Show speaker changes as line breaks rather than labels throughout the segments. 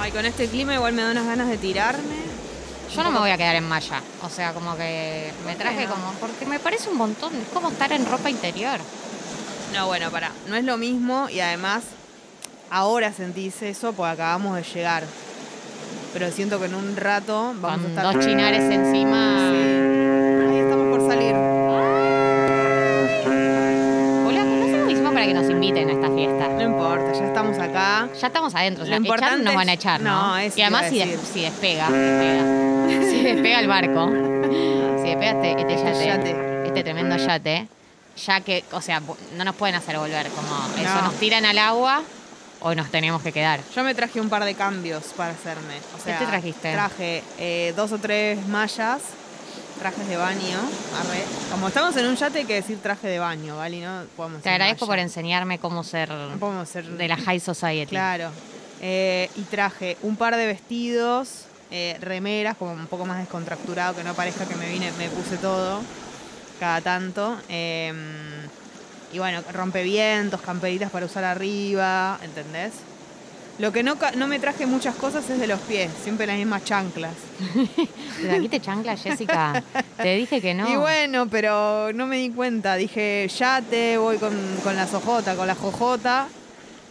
Ay, con este clima igual me da unas ganas de tirarme.
Yo no me voy a quedar en malla. O sea, como que me
qué
traje
no?
como. Porque me parece un montón. Es como estar en ropa interior.
No, bueno, pará. No es lo mismo y además ahora sentís eso porque acabamos de llegar. Pero siento que en un rato vamos
con
a estar...
dos chinares encima.
Ahí estamos por salir.
Hola, ¿cómo hacemos hicimos para que nos inviten a estas fiestas?
No importa, ya estamos acá.
Ya estamos adentro. O sea,
Lo
echar
importante
nos van a
es-
echar, ¿no?
no, eso
y además, si,
iba a
des-
decir.
si despega, despega. si despega el barco. Si despega este, este yate,
yate.
Este tremendo yate. Ya que, o sea, bu- no nos pueden hacer volver. Como eso,
No.
nos tiran al agua o nos tenemos que quedar.
Yo me traje un par de cambios para hacerme. O sea,
te trajiste?
Traje eh, dos o tres mallas, trajes de baño. arre. Como estamos en un yate, hay que decir traje de baño, ¿vale? No podemos
Te
decir
agradezco por
malla.
enseñarme cómo ser
No podemos ser
de la High Society.
Claro. Eh, y traje un par de vestidos, eh, remeras, como un poco más descontracturado, que no parezca que me vine, me puse todo cada tanto. Eh, y bueno, rompevientos, camperitas para usar arriba, ¿entendés? Lo que no, ca- no me traje muchas cosas es de los pies, siempre las mismas chanclas.
Desde aquí te chancla, Jessica. Te dije que no.
Y bueno, pero no me di cuenta, dije yate, voy con, con la sojota, con la jojota.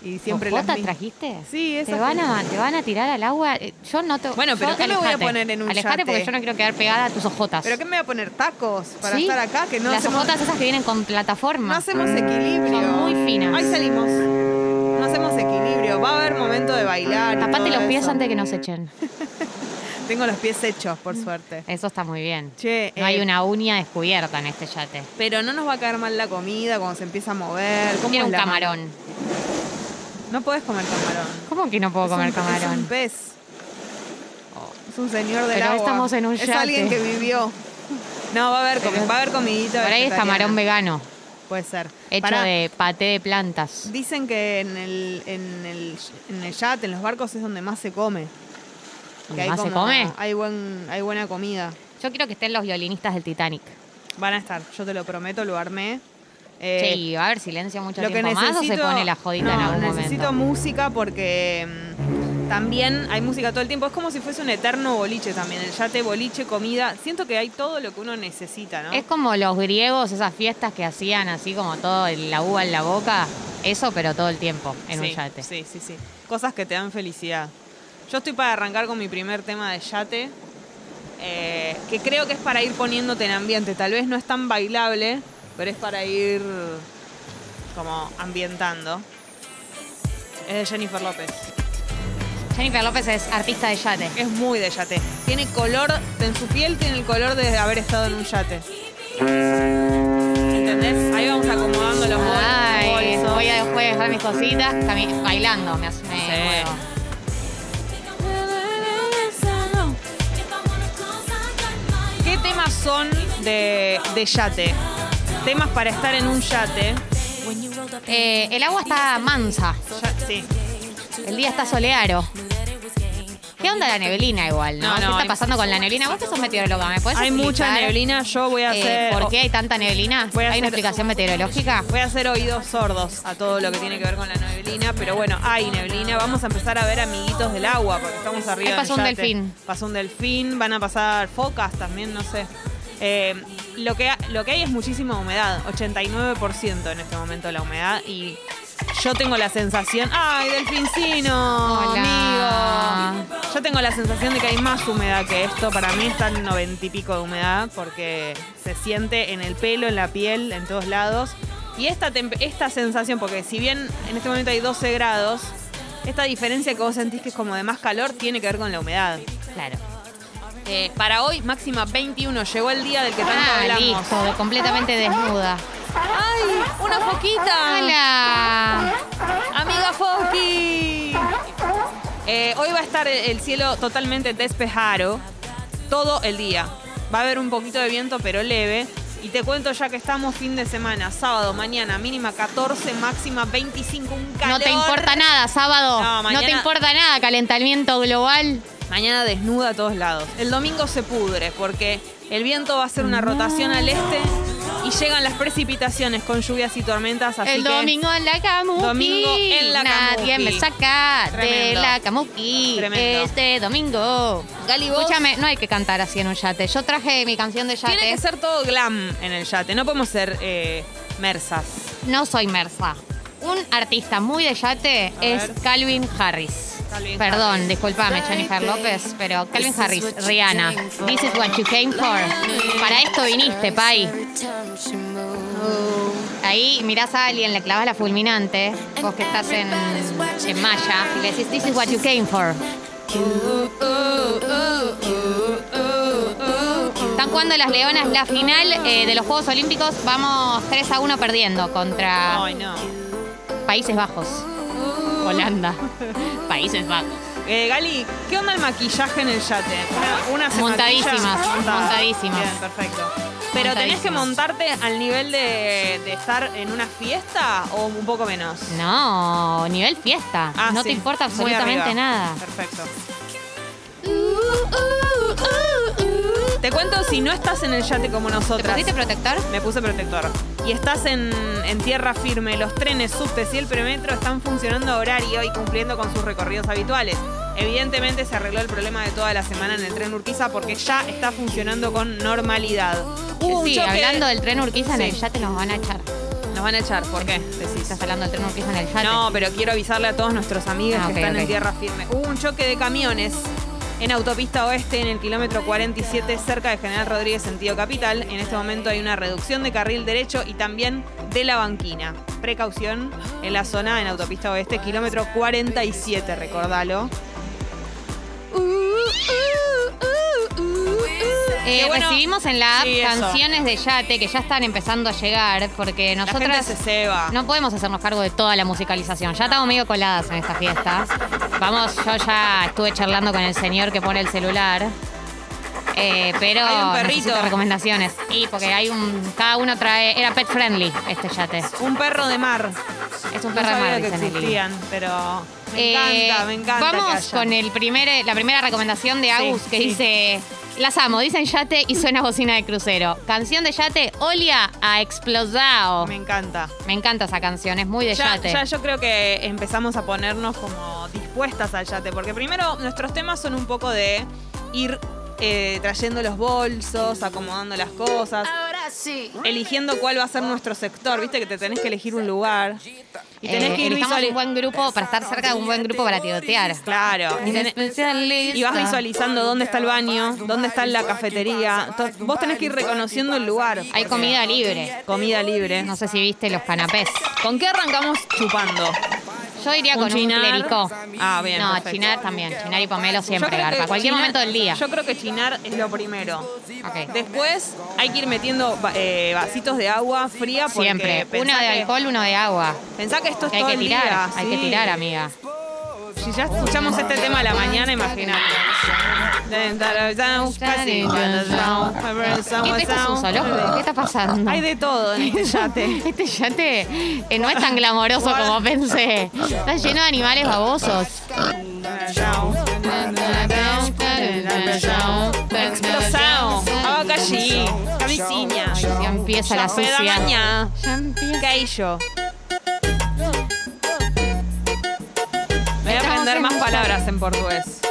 Y siempre
¿Vos
las
botas
mis-
trajiste?
Sí,
Te
esas
van,
que-
a, te van a tirar al agua. Eh, Yo no te.
Bueno, pero
yo-
¿qué me voy a
alejate.
poner en un
Alejate porque
yate?
yo no quiero quedar pegada a tus ojotas.
¿Pero qué me voy a poner? ¿Tacos? Para
Sí,
estar acá, que no
Las
hacemos,
ojotas esas que vienen con plataforma.
no hacemos
Mm.
equilibrio.
Son muy finas.
Ahí salimos. No hacemos equilibrio. Va a haber momento de bailar. y
Tapate
todo
los pies
eso.
antes de que nos echen.
Tengo los pies hechos, por suerte.
Eso está muy bien.
Che,
Mm. No
eh,
hay una uña descubierta en este yate.
Pero no nos va a caer mal la comida cuando se empieza a mover. ¿Cómo es
Quiero un
la-
camarón.
No podés comer camarón.
¿Cómo que no puedo
Es
comer
un- Es un
camarón?
pez. Es un señor del
Pero
agua.
estamos en un
Es
yate.
alguien que vivió. No, va a haber, comi-
Pero-
va a haber comidita
Por ahí es
vegetariana.
camarón vegano,
Puede ser.
hecho
Pará,
de paté de plantas.
Dicen que en el, en, el, en el yate, en los barcos, es donde más se come.
¿Dónde
Que hay
más se
como-
come?
Hay, buen, hay buena comida.
Yo quiero que estén los violinistas del Titanic.
Van a estar, yo te lo prometo, lo armé. Eh,
Che, y va a haber silencio mucho
lo que
tiempo
necesito,
más o se pone la jodita en
No,
algún
necesito
momento.
música porque mm, también hay música todo el tiempo. Es como si fuese un eterno boliche también. El yate, boliche, comida. Siento que hay todo lo que uno necesita, ¿no?
Es como los griegos, esas fiestas que hacían así como todo el- la uva en la boca. Eso, pero todo el tiempo en
sí,
un yate.
Sí, sí, sí. Cosas que te dan felicidad. Yo estoy para arrancar con mi primer tema de yate, eh, que creo que es para ir poniéndote en ambiente. Tal vez no es tan bailable, pero es para ir como ambientando. Es de Jennifer López.
Jennifer López es artista de yate.
Es muy de yate. Tiene color, en su piel tiene el color de haber estado en un yate. ¿Entendés? Ahí vamos acomodando los bol-
Ay,
bolsos.
voy a después dejar mis cositas cami- bailando. Me hace me
Sí.
muevo.
¿Qué temas son de, de yate? Temas para estar en un yate.
Eh, el agua está mansa.
Ya- sí.
El día está soleado. ¿Qué onda la neblina igual, no?
No, no,
¿Qué
hay-
está pasando con la neblina? Vos que sos meteoróloga, ¿me podés
Hay mucha
explicar,
neblina, yo voy a
eh,
hacer.
¿Por qué hay tanta neblina?
Voy a
¿Hay una
hacer-
explicación meteorológica?
Voy a hacer oídos sordos a todo lo que tiene que ver con la neblina, pero bueno, hay neblina. Vamos a empezar a ver amiguitos del agua, porque estamos arriba.
Ahí pasó
del
un
yate.
delfín.
Pasó un delfín, van a pasar focas también, no sé. Eh, lo, que, ha- lo que hay es muchísima humedad, 89% en este momento la humedad, y yo tengo la sensación. ¡Ay, delfincino!
Hola.
amigo! Yo tengo la sensación de que hay más humedad que esto. Para mí está en 90 y pico de humedad porque se siente en el pelo, en la piel, en todos lados. Y esta, temp- esta sensación, porque si bien en este momento hay 12 grados, esta diferencia que vos sentís que es como de más calor tiene que ver con la humedad.
Claro.
Eh, para hoy, máxima 21. Llegó el día del que tanto
Ah,
hablamos.
listo, de- completamente desnuda.
¡Ay! ¡Una foquita!
¡Hala!
Amiga Fosky. Eh, hoy va a estar el cielo totalmente despejado todo el día. Va a haber un poquito de viento, pero leve. Y te cuento ya que estamos fin de semana, sábado, mañana, mínima 14, máxima 25, un calor.
No te importa nada, sábado.
No,
No,
mañana-
te importa nada, calentamiento global.
Mañana desnuda a todos lados. El domingo se pudre porque el viento va a hacer una rotación al este y llegan las precipitaciones con lluvias y tormentas. Así
el
que
domingo en la camu.
domingo en la
Nadie
Camuqui.
me saca de
Tremendo.
la Camuqui
Tremendo.
este domingo.
Gali, vos-
Escúchame, no hay que cantar así en un yate. Yo traje mi canción de yate.
Tiene que ser todo glam en el yate. No podemos ser eh, mersas.
No soy Mersa. Un artista muy de yate
A
es
ver.
Calvin Harris.
Calvin
Perdón, disculpame, Jennifer López, pero Calvin Harris, Rihanna, This is what you came for. Para esto viniste, Pai. Ahí mirás a alguien, le clavas la fulminante, vos que estás en, en Maya, y le decís, This is what you came for. Están jugando las Leonas la final eh, de los Juegos Olímpicos. Vamos 3 a 1 perdiendo contra
Ay, no.
Países Bajos. Holanda. Países Bajos.
Eh, Gali, ¿qué onda el maquillaje en el yate? Una- Una, se
Montadísimas,
maquilla montada.
montadísimas.
Bien, perfecto. Pero tenés que
Montadísimas.
montarte al nivel de, de estar en una fiesta o un poco menos.
No, nivel fiesta.
Ah,
no
sí,
te importa
muy
absolutamente
arriba.
nada.
Perfecto. Te cuento, si no estás en el yate como
¿Te
nosotras,
pusiste protector?
me puse protector. Y estás en, en tierra firme, los trenes, subtes y el premetro están funcionando a horario y cumpliendo con sus recorridos habituales. Evidentemente se arregló el problema de toda la semana en el tren Urquiza porque ya está funcionando con normalidad. Hubo Uh, un
sí,
choque-
hablando del tren Urquiza en
Sí.
el yate nos van a echar.
Nos van a echar, ¿por qué? Decís.
Estás hablando del tren Urquiza en el yate. Eh,
No, pero quiero avisarle a todos nuestros amigos
Ah, ok,
que están
ok.
en tierra firme. Hubo un choque de camiones en autopista oeste en el kilómetro 47 cerca de General Rodríguez, sentido capital. En este momento hay una reducción de carril derecho y también de la banquina. Precaución en la zona en autopista oeste, kilómetro 47, recordalo.
Uh, Eh,
Qué bueno.
recibimos en la app
Sí, eso.
canciones de yate que ya están empezando a llegar porque
la
nosotras
gente se ceba.
no podemos hacernos cargo de toda la musicalización. Ya estamos medio coladas en esta fiesta. Vamos, yo ya estuve charlando con el señor que pone el celular. Eh, pero
Hay un perrito.
necesito recomendaciones. Y porque hay un. Cada uno trae. Era pet friendly este yate.
Un perro de mar.
Es un
No
perro de
sabía
mar,
que
dicen en el libro.
existían, pero me
Eh,
encanta, me encanta. que
Vamos
haya.
con el primer, la primera recomendación de Agus que
sí.
dice: Las amo, dicen yate y suena bocina de crucero. Canción de yate, Olia a explosao.
Me
Me,
encanta.
encanta esa canción, es muy de
ya,
yate.
ya yo creo que empezamos a ponernos como dispuestas al yate, porque primero nuestros temas son un poco de ir eh, trayendo los bolsos, acomodando las cosas,
Ahora sí.
eligiendo cuál va a ser nuestro sector, viste que te tenés que elegir un lugar y tenés
Eh,
que ir
elijamos
visuali-
un buen grupo para estar cerca de un buen grupo para tirotear.
Claro, y, tenés- y vas visualizando dónde está el baño, dónde está la cafetería. to- Vos tenés que ir reconociendo el lugar.
Hay
porque-
comida libre.
Comida libre.
No sé si viste los canapés.
¿Con qué arrancamos chupando?
Yo iría con
chinar.
un clericó.
Ah, bien.
no,
perfecto.
chinar también. Chinar y pomelo
Yo
siempre,
creo que
garpa. Cualquier
chinar-
momento del día.
Yo creo que chinar es lo primero.
Ok.
Después hay que ir metiendo va- eh, vasitos de agua fría porque
Siempre.
pensá
Uno de
que-
alcohol, uno de agua.
Pensá que esto es
Que hay
todo
que
el
tirar,
día,
hay
sí.
que tirar, amiga.
Si ya escuchamos este tema a la mañana, imagínate.
¿Qué esto es un zoológico? ¿Qué está pasando?
Hay de todo en este yate.
Este yate eh, no es tan glamoroso como pensé. Está lleno de animales babosos.
Explosao, abacaxi, camisinha,
Ya empieza la sucia.
pedamañá,
Ya empieza.
queijo. Voy a aprender más palabras en portugués.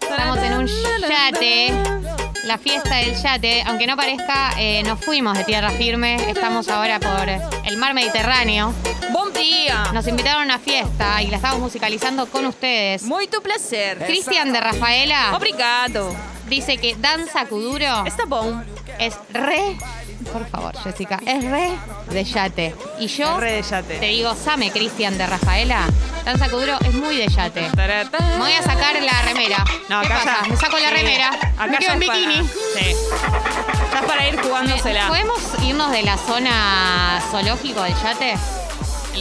Estamos en un yate. La fiesta del yate. Aunque no parezca, eh, nos fuimos de tierra firme. Estamos ahora por el mar Mediterráneo.
Buen día.
Nos invitaron a una fiesta y la estamos musicalizando con ustedes.
Muy tu placer.
Cristian de Rafaela
Obrigado.
dice que danza kuduro
Está bom.
es re, por favor, Jessica, es re de yate. Y yo
Re de yate.
te digo, Same Cristian de Rafaela, danza kuduro es muy de yate. Me voy a sacar la remera.
No,
¿Qué
acá
pasa?
ya.
Me saco la
sí.
remera.
Acá
me quedo
ya
en
es para-
bikini.
sí. Ya es para ir jugándosela.
¿Podemos irnos de la zona zoológico del yate?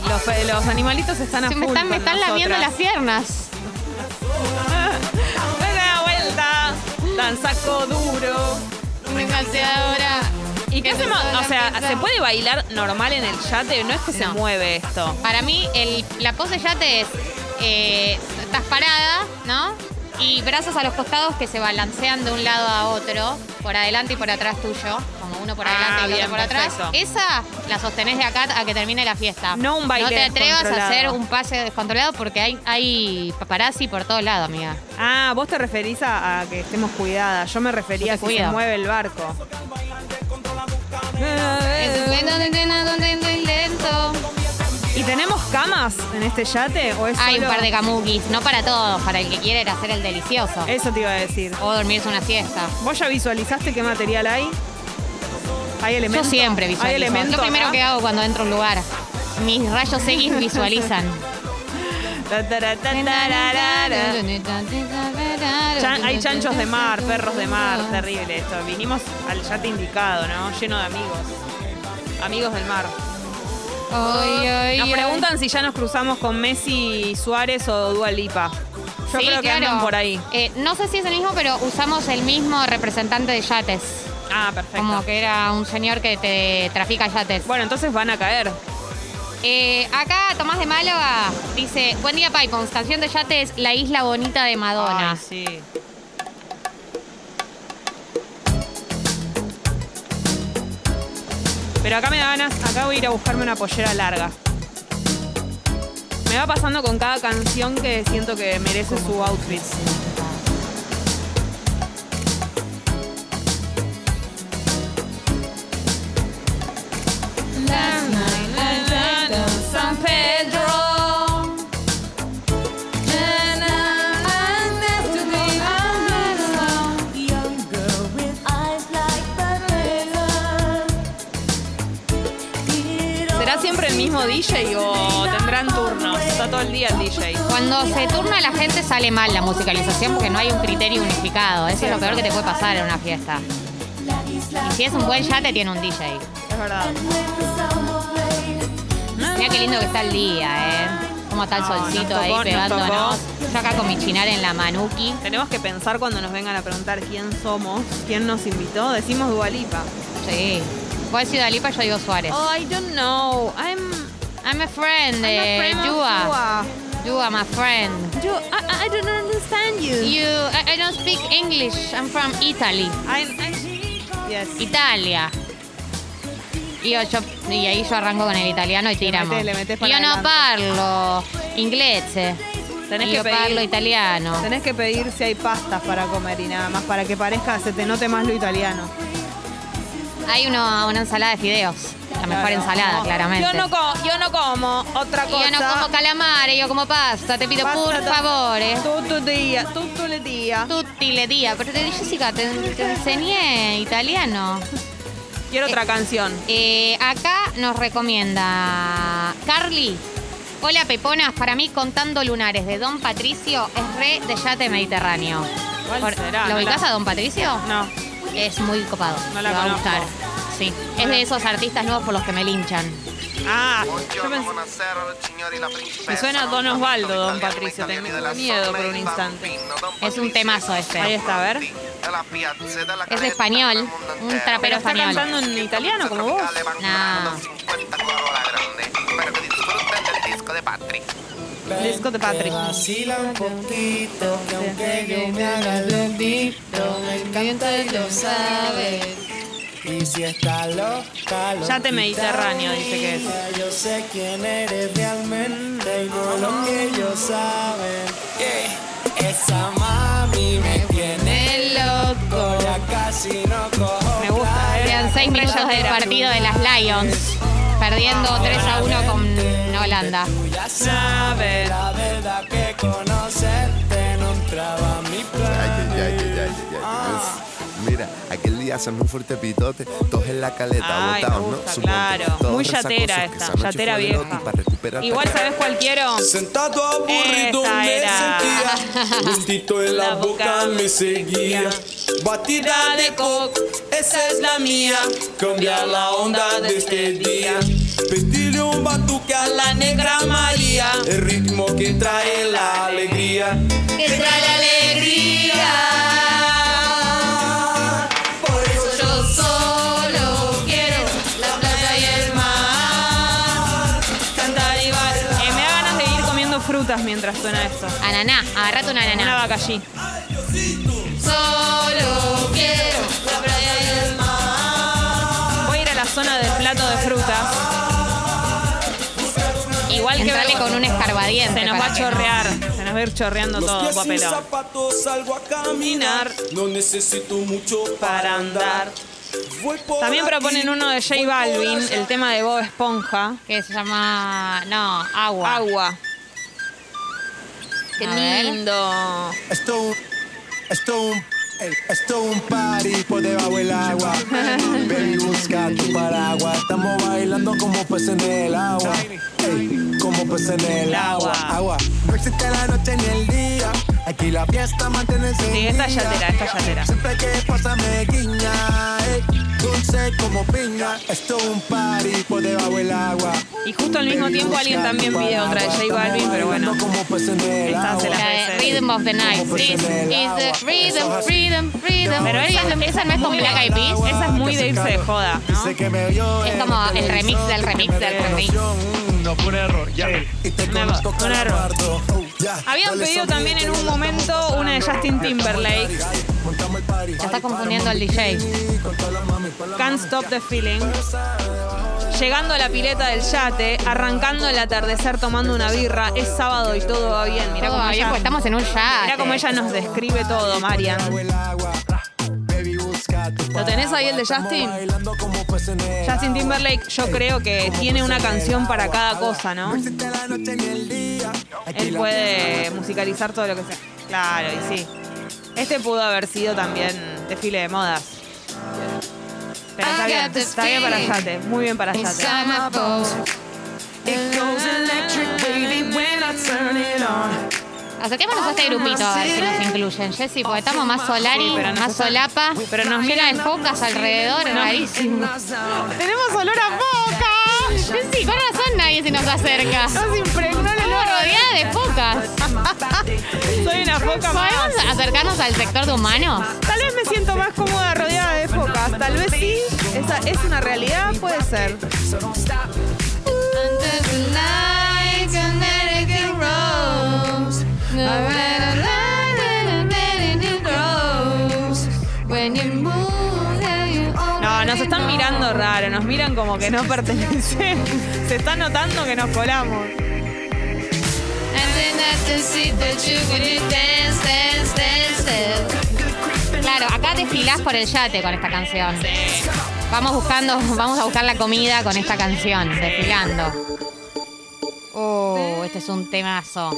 Los, pe- los animalitos están a
Se me
full
están, me
con
están lamiendo las
nosotras.
piernas.
Dale la vuelta. Danzaco duro.
Me cansé ahora.
¿Y qué
Que
hacemos?
no
O sea,
empieza.
¿se puede bailar normal en el yate? No es que se
No.
mueve esto.
Para mí, el- la pose yate es, eh, estás parada, ¿no? Y brazos a los costados que se balancean de un lado a otro, por adelante y por atrás tuyo, con como uno por
Ah,
adelante y el
bien,
otro por atrás.
perfecto.
Esa la sostenés de acá a que termine la fiesta.
No un baile
No te atrevas a hacer
descontrolado.
un pase descontrolado porque hay, hay paparazzi por todos lados, amiga.
Ah, vos te referís a, a que estemos cuidadas. Yo me refería
Yo
a
te
si se
cuido.
mueve el barco. Eh, ¿Y tenemos camas en este yate? ¿O es
Hay un
solo-
par de camukis, no para todos, para el que quiere ir a hacer el delicioso.
Eso te iba a decir.
O dormirse una siesta.
¿Vos ya visualizaste qué material hay? ¿Hay
Yo
elementos?
siempre
¿Hay
visualizo. Es
elementos
lo primero
acá?
que hago cuando entro a un lugar. Mis rayos X visualizan.
Ta, ta, ra, ta, ta, ra, ra, ra. Chan- hay chanchos de mar, perros de mar, terrible esto. Vinimos al yate indicado, ¿no? Lleno de amigos. Amigos del mar.
Ay, ay,
Nos
ay.
preguntan si ya nos cruzamos con Messi, Suárez o Dua Lipa. Yo
Sí,
creo que
claro.
andan por ahí.
Eh, no sé si es el mismo, pero usamos el mismo representante de yates.
Ah, perfecto.
Como que era un señor que te trafica yates.
Bueno, entonces van a caer.
Eh, acá Tomás de Málaga dice, buen día Pipons, canción de yates, La Isla Bonita de Madonna.
Ay, sí. Pero acá me da ganas, acá voy a ir a buscarme una pollera larga. Me va pasando con cada canción que siento que merece su outfit. San Pedro.
Young girl with eyes like vanilla.
¿Será siempre el mismo DJ o tendrán turnos? Está todo el día el DJ.
Cuando se turna la gente sale mal la musicalización porque no hay un criterio unificado. Eso es lo peor que te puede pasar en una fiesta. Y si es un buen yate, tiene un DJ.
Es verdad.
Mira qué lindo que está el día, ¿eh? Cómo está el
No, nos
solcito
tocó, nos
ahí pegándonos. Yo acá con mi chinar en la manuki.
Tenemos que pensar cuando nos vengan a preguntar quién somos, quién nos invitó. Decimos Dualipa.
Sí. Vos decís Dalipa, yo digo Suárez.
Oh, I don't know. I'm,
I'm a friend,
I'm a
eh,
friend of
Yua.
Dua.
Yua, my friend.
You, I, I don't understand you.
You, I, I don't speak English. I'm from Italy.
I'm- I- yes.
Italia. Y, yo- yo- y ahí yo arranco con el italiano y tiramos.
metés, le metés para
Yo no
adelante.
parlo inglese.
Tenés
Yo
que pedir-
parlo italiano.
Tenés que pedir si hay pastas para comer y nada más, para que parezca, se te note más lo italiano.
Hay uno, una ensalada de fideos. La mejor
Claro.
ensalada,
Como,
claramente.
Yo no, co- yo no como otra
Y
cosa.
yo no como calamares, yo como pasta. Te pido por
Pasta-
favor.
Tutto il dia, tutto il dia.
Tutti le dia. Pero te, Jessica, te, te enseñé italiano.
Quiero otra canción.
Eh, acá nos recomienda Carly. Hola Peponas, para mí Contando Lunares de Don Patricio es re de yate mediterráneo.
¿Cuál será?
¿Lo
No
ubicás
la-
a Don Patricio?
No.
Es muy copado.
No la
te va
conozco.
a gustar. Sí. Es de esos artistas nuevos por los que me linchan.
Ah, yo
Buongiorno,
pensé.
buonasera, signori, la principessa.
Me suena a Don
Sono
Osvaldo,
Antonio
Don
Italiano,
Patrizio,
italiani
tengo
della
miedo
Sotto,
per un
il
istante.
bambino, Don
Es un
Patrizio,
temazo este.
Ahí está, a ver.
dalla piazza e dalla
Es
creta,
español,
dal mondo
un
intero.
trapero
Pero está
español.
cantando en italiano como vos.
Tropicale, vanguardia, 50 color alla grande. Spero che disfrutten del disco de Patri.
Disco de Patrick.
Vacila un poquito, que aunque yo me haga el bendito, me encanta y lo sabes. Y si está loca, lo
Yate mediterráneo, dice que es.
Yo sé quién eres realmente y no lo que ellos saben. Yeah. Esa mami me tiene loco, ya casi no cojo.
Me gusta, eh.
Quedan seis minutos del partido de las Lions. Perdiendo 3 a 1 con Holanda.
Ya sabes la verdad que conocerte no entraba a mi plan.
Ay, ay, ay, ay, ay, ay, ay. Mira, aquel día hacemos un fuerte pitote, todos en la caleta,
Ay, me
botados, ¿no?
gusta,
Su
claro.
montón, todos
Muy
rezagosas,
yatera
que
esta,
esa noche
yatera
fue de
vieja.
Loti para recuperar
Igual,
la-
¿sabes cuál quiero?
Sentado aburrido
Esa
me
era.
sentía, puntito en la boca me seguía. Batida de coke, esa es la mía. Cambiar la onda de este día. Pedirle un batuque a la negra María. El ritmo que trae la alegría. Que trae la alegría. Por eso yo solo quiero la playa y el mar. Cantar y bailar.
Eh, me da ganas de ir comiendo frutas mientras suena esto.
Ananá, agarrate una
Una
ananá.
vaca allí.
Solo quiero la playa y el mar.
plato de frutas. Igual que
Entrale
veo-
con un escarbadiente.
se nos va
para
a
que no-
chorrear, se nos va a ir chorreando
Los
todo,
pies sin
papelón.
zapatos salgo a caminar. No necesito mucho
Para
para
andar.
andar. Voy por
También
aquí,
proponen uno de J
voy por
Balvin,
allá.
el tema de Bob Esponja.
Que se llama. No, agua.
Agua. Qué
A ver.
lindo.
Esto un, esto un, eh, esto un party por debajo del agua. Ven y busca tu paraguas. Estamos bailando como peces en el agua. Ey, como peces en el agua. Agua. No existe la noche ni el día. Aquí la fiesta mantiene
Sí, esta es yatera, esta es yatera.
Siempre que pasa me guiña, ey, dulce como piña. Esto es un party por debajo del agua.
Y justo al mismo
Ven y
tiempo alguien
busca
también
tu
pide otra de
paraguas.
J
Estamos
Balvin, pero bueno.
bailando como peces en el
Esta se
agua.
la
La de Rhythm of the Night. This is the rhythm, freedom, freedom.
Pero esa-
esa no es con Black Eyed Peas.
Esa es muy de irse de joda, ¿no?
que me oyó
Es como el remix del remix del remix.
No, fue un error. Ya.
y te
Una-
conozco
un error.
Calamardo. Oh, ya.
Habían
Dale
pedido
sonido,
también en un
estamos
momento
pasando.
una de Justin Timberlake,
Montamos el party.
Se está confundiendo al DJ.
Con toda la mami, con la
Can't
mami.
Stop the Feeling. Llegando a la pileta del yate, arrancando el atardecer tomando una birra, es sábado y todo va bien. Mirá
Todo
cómo
va bien,
ella,
porque estamos en un yate.
mirá cómo ella nos describe todo, Marian.
El agua. Baby, busca tu
¿Lo tenés ahí el de
paraguas.
Justin?
Estamos bailando como peces en el
Justin Timberlake, yo creo que tiene una canción para cada cosa, ¿no?
existe la noche ni el día. Aquí
Él
la
puede musicalizar todo lo que sea. Claro, y sí. Este pudo haber sido también desfile de modas. Pero está
I
bien,
got this
está bien para
feeling
Yate, muy bien para Yate.
Inside my bones. Acerquémonos a este grupito a ver si nos incluyen, Jessy, porque estamos más Solari,
Sí, pero nos
más
está-
Solapa,
pero nos
llena de focas alrededor, es
No.
rarísimo.
¡Tenemos olor a boca!
Jessy, con razón nadie se nos acerca.
¡Nos impregnó el
Estamos
olor!
rodeada de focas.
Soy una foca más.
¿Podemos acercarnos al sector de humanos?
Tal vez me siento más cómoda rodeada de focas. Tal vez sí. Esa es una realidad, puede ser.
No, nos están mirando raro, nos miran como que no pertenecen. Se está notando que nos colamos.
Claro, acá desfilás por el yate con esta canción. Vamos buscando, vamos a buscar la comida con esta canción, desfilando. Oh, este es un temazo.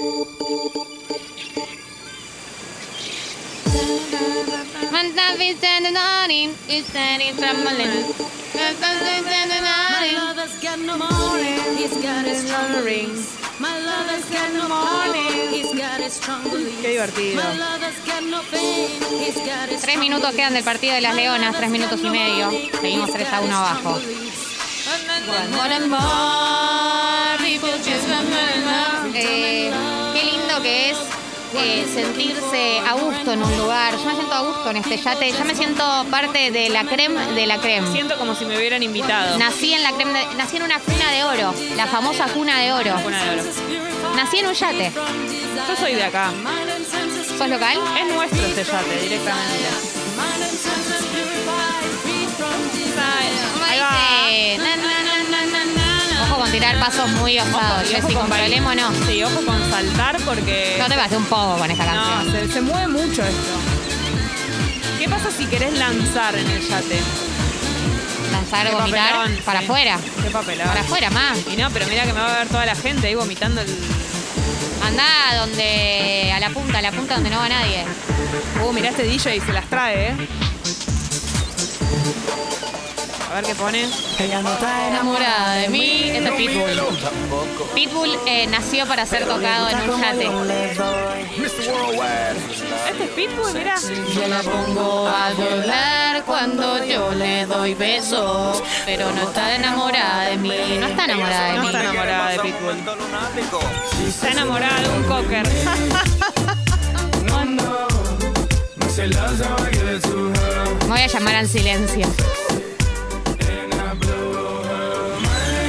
My lover's got no morning, he's got his strong rings. My lover's got no morning, he's got his strong beliefs.
Qué divertido.
My lover's got no pain, he's got his
Tres
strong
minutos
beliefs.
quedan del partido de las
My
Leonas, tres
lover's
minutos
got
y
no
medio.
morning,
Seguimos
he's
3 a
got
1
his strong
abajo.
beliefs.
Eh, qué lindo que es eh, sentirse a gusto en un lugar. Yo me siento a gusto en este yate. Yo me siento parte de la creme de la creme.
Siento como si me hubieran invitado.
Nací en la creme de- nací en una cuna de oro, la famosa cuna de oro.
Una de oro.
Nací en un yate.
Yo soy de acá.
¿Sos local?
Es nuestro este yate, directamente. Ahí va.
Maite. Eh, Na, na, na, na, na, na. Ojo con tirar pasos muy osados.
Y ojo
Jessy, con problema no.
Sí, ojo con saltar porque...
Yo te pasé un poco con esta
No,
canción.
se, se mueve mucho esto. ¿Qué pasa si querés lanzar en el yate?
Lanzar,
Qué
vomitar,
papelón,
para
sí.
afuera.
Qué papelón.
Para afuera, más.
Y no, pero mira que me va a ver toda la gente ahí vomitando el...
Andá donde. a la punta, a la punta donde no va nadie.
Uh, mirá este DJ, se las trae, ¿eh? A ver qué pone. Este
enamorada de mí. Este es Pitbull. Pitbull eh, nació para ser tocado en un yate.
Este es Pitbull, mirá.
A volar cuando yo le doy besos. Pero no está enamorada de mí. No está enamorada de
No
mí.
está enamorada de Pitbull. Está enamorada de un cocker.
Me voy a llamar al silencio.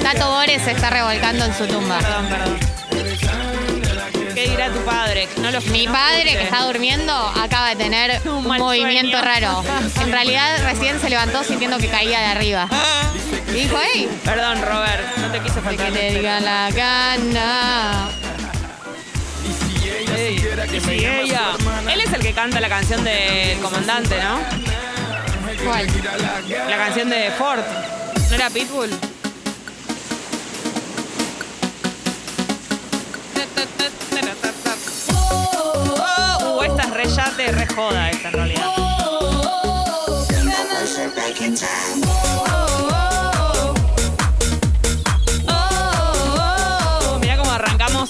Tato Bores se está revolcando en su tumba.
Perdón, perdón. ¿Qué dirá tu padre? No lo
Mi
no
padre,
escuché.
que está durmiendo, acaba de tener
Un
un
mal
movimiento
sueño.
raro. En realidad, recién se levantó sintiendo que caía de arriba. Y dijo, hey,
Perdón, Robert, no te quise
que
faltar.
te
respeto.
digan la gana.
Ey, y si ella. Él es el que canta la canción del comandante, ¿no?
¿Cuál?
La canción de Ford. ¿No era Pitbull? Uh, esta es re yate, re joda esta en realidad. Oh, Mirá cómo arrancamos.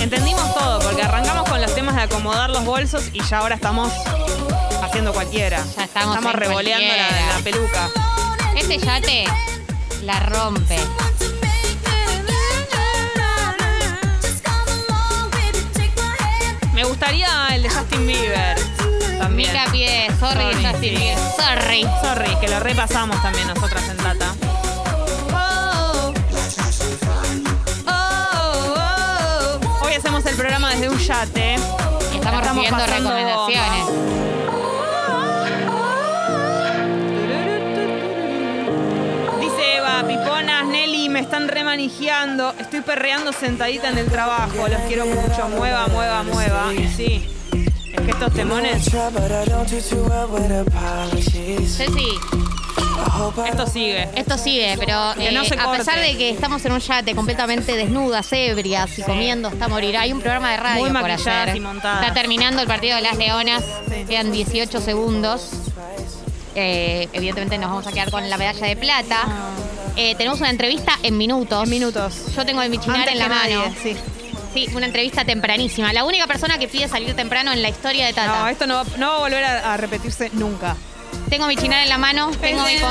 Entendimos todo, porque arrancamos con los temas de acomodar los bolsos y ya ahora estamos haciendo cualquiera.
Ya estamos en
revoleando la,
cualquiera.
la peluca.
Este yate la rompe.
Me gustaría el de Justin Bieber. También.
Mica pie, sorry,
Sorry,
Justin
sí.
Bieber. Sorry.
Sorry, que lo repasamos también nosotras en data. Oh, Hoy hacemos el programa desde un yate.
Y
Estamos
Estamos recibiendo
pasando
recomendaciones.
Dice Eva, Piponas, Nelly, me están remanijeando. Estoy perreando sentadita en el trabajo. Los quiero mucho. Mueva, mueva, mueva. Y sí, es que estos temones,
Ceci,
esto sigue.
esto sigue, pero
Que
eh,
no se
a pesar
corte.
de que estamos en un yate completamente desnudas, ebrias y comiendo hasta morir, hay un programa de radio
Muy
por
maquilladas
hacer.
y montadas.
Está terminando el partido de las Leonas.
Sí.
Quedan 18 segundos. Eh, evidentemente nos vamos a quedar con la medalla de plata. Eh, tenemos una entrevista en minutos.
En Ah. minutos.
Yo tengo el michinar
Antes
en la
que
mano.
nadie, sí.
Sí, una entrevista tempranísima. La única persona que pide salir temprano en la historia de Tata.
No, esto no va, no va a volver a, a repetirse nunca.
Tengo mi chinar en la mano, tengo mi con-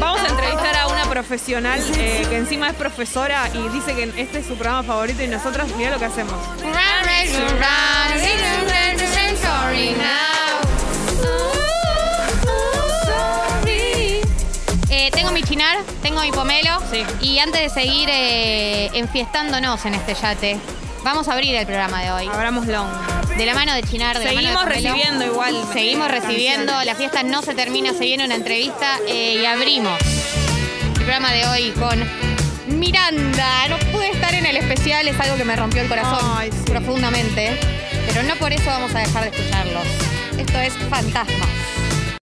Vamos a entrevistar a una profesional eh, que encima es profesora y dice que este es su programa favorito y nosotros, mira lo que hacemos.
Eh, tengo mi chinar, tengo mi pomelo.
Sí.
Y antes de seguir eh, enfiestándonos en este yate, vamos a abrir el programa de hoy.
Abramos long.
De la mano de Chinar, de la
Seguimos
mano de Pomelo.
recibiendo igual.
Seguimos
eh,
recibiendo, la fiesta no se termina, se viene una entrevista eh, y abrimos el programa de hoy con Miranda. No pude estar en el especial, es algo que me rompió el corazón
Ay, sí.
profundamente, pero no por eso vamos a dejar de escucharlos. Esto es Fantasmas.